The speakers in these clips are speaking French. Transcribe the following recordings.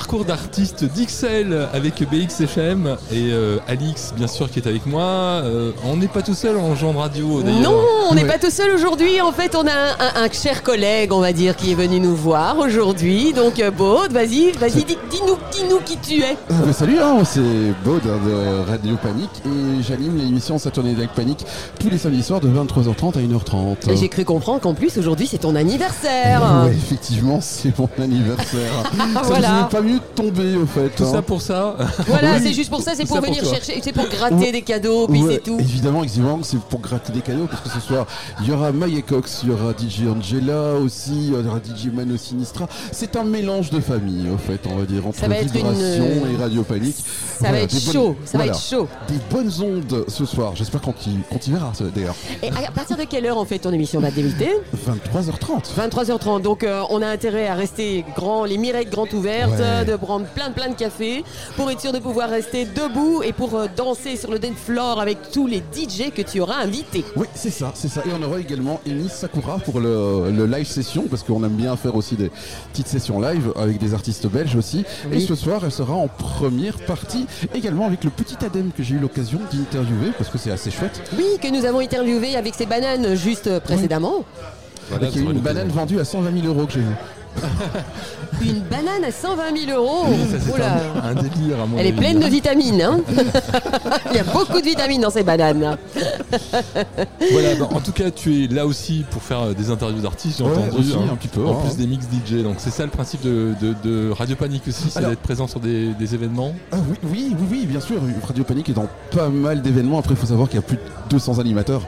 parcours d'artiste d'XL avec BXFM et euh, Alix, bien sûr, qui est avec moi. Euh, on n'est pas tout seul en genre de radio, d'ailleurs. Non, on n'est Ouais. pas tout seul aujourd'hui. En fait, on a un, un- un cher collègue, on va dire, qui est venu nous voir aujourd'hui. Donc, euh, Baud, vas-y, vas-y, dis- dis-nous, dis-nous qui tu es. Ah bah salut, hein, c'est Baud hein, de Radio Panique et j'anime l'émission Saturné avec Panique tous les samedis soirs de 23h30 à 1h30. Et J'ai cru comprendre qu'en plus, aujourd'hui, c'est ton anniversaire. Ouais, effectivement, c'est mon anniversaire. ça Voilà. vous est pas mieux de tomber au fait. Tout hein. ça pour ça. Voilà, Ah bah Oui. c'est juste pour ça, c'est Tout pour ça pour venir toi. chercher, c'est pour gratter Ouais. des cadeaux, puis Ouais, c'est tout. Évidemment, évidemment, c'est pour gratter des cadeaux parce que ce soir, il y aura Maya Cox, il y aura DJ Angela aussi, il y aura DJ Mano Sinistra. C'est un mélange de famille au fait, on va dire, entre Ça va être une- euh, Vibration et Radio Panique. Ça Voilà, va être des bonnes- chaud, ça voilà. va être chaud. Des bonnes ondes ce soir. J'espère qu'on t'y qu'on t'y verra ça, d'ailleurs. Et à partir de quelle heure on fait ton émission va débuter 23h30. 23h30, donc euh, on a intérêt à rester grand, les mirettes grandes ouvertes, Ouais. euh, de prendre plein plein de café pour être sûr de pouvoir rester debout et pour euh, danser sur le dance floor avec tous les DJ que tu auras invités. Oui, c'est ça, c'est ça. Et on aura également Elise Sakura pour le, le live session, parce qu'on aime bien faire aussi des petites sessions live avec des artistes belges aussi. Et ce soir, elle sera en première partie, également avec le petit Adem que j'ai eu l'occasion d'interviewer, parce que c'est assez chouette. Oui, que nous avons interviewé avec ces bananes juste euh, précédemment. Voilà, et qui a eu vous aurez une l'occasion. banane vendue à 120 000 euros que j'ai vue. Une banane à 120 000 euros. Ça, c'est Oula. un, un délire à mon Elle est avis. pleine de vitamines. hein. Il y a beaucoup de vitamines dans ces bananes. Voilà, bah, en tout cas, tu es là aussi pour faire euh, des interviews d'artistes, j'ai Ouais, entendu. aussi, un petit peu, En hein. plus des mix DJ. Donc, c'est ça le principe de, de- de Radio Panique aussi, c'est Alors- d'être présent sur des, des événements. Ah oui, oui, oui, oui, bien sûr. Radio Panique est dans pas mal d'événements. Après, il faut savoir qu'il y a plus de 200 animateurs.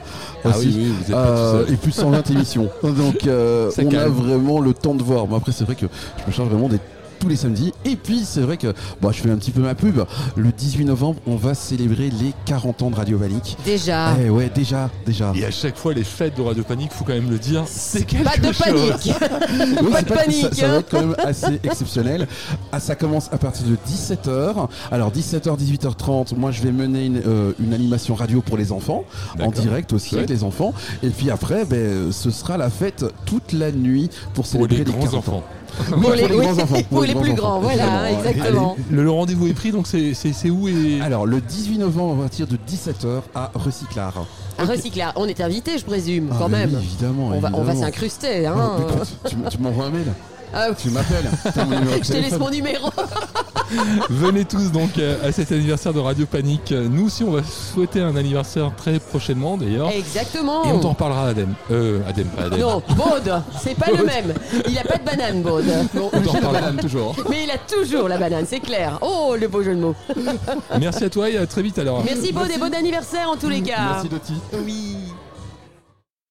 Ah aussi. oui, oui, vous êtes pas Euh, tout seul. et plus de 120 émissions. Donc, euh, Ça on a calme. vraiment le temps de voir. Bon, après, c'est vrai que je me charge vraiment des tous les samedis. Et puis, c'est vrai que bah, je fais un petit peu ma pub. Le 18 novembre, on va célébrer les 40 ans de Radio Panique. Déjà. Eh ouais, déjà, déjà. Et à chaque fois, les fêtes de Radio Panique, faut quand même le dire, c'est quelque Pas de chose. panique. Oui, Pas c'est de panique, Ça, ça va hein. être quand même assez exceptionnel. Ah, ça commence à partir de 17h. Alors 17h, 18h30, moi je vais mener une, euh, une animation radio pour les enfants, en D'accord. direct aussi Ouais. avec les enfants. Et puis après, ben, ce sera la fête toute la nuit pour Pour célébrer les grands 40 ans. enfants. Oui, Pour les, oui, grands enfants. pour les plus grands, voilà, évidemment. exactement. Le, le rendez-vous est pris, donc c'est- c'est c'est où et... Allez. Alors le 18 novembre, on va partir de 17h à Recyclard. Recyclard, on est invité, je présume, Ah, quand mais même. oui, évidemment. On va, on va évidemment. s'incruster, hein. Ah, écoute, tu, tu m'envoies un mail, Ah, tu m'appelles. T'as mon numéro de je te laisse téléphone. mon numéro. Venez tous donc euh, à cet anniversaire de Radio Panique. Nous aussi, on va souhaiter un anniversaire très prochainement d'ailleurs. Oh. Et Exactement. on t'en reparlera, Adem. Euh, Adem, pas Adem. Non, Baud, c'est pas le même. Il a pas de banane, Baud. Non, On t'en j'ai la reparlera. banane toujours. Mais il a toujours la banane, c'est clair. Oh, le beau jeu de mots. Merci à toi et à très vite alors. Merci, Baud, et bon anniversaire en tous les cas. Merci Doty. Oui.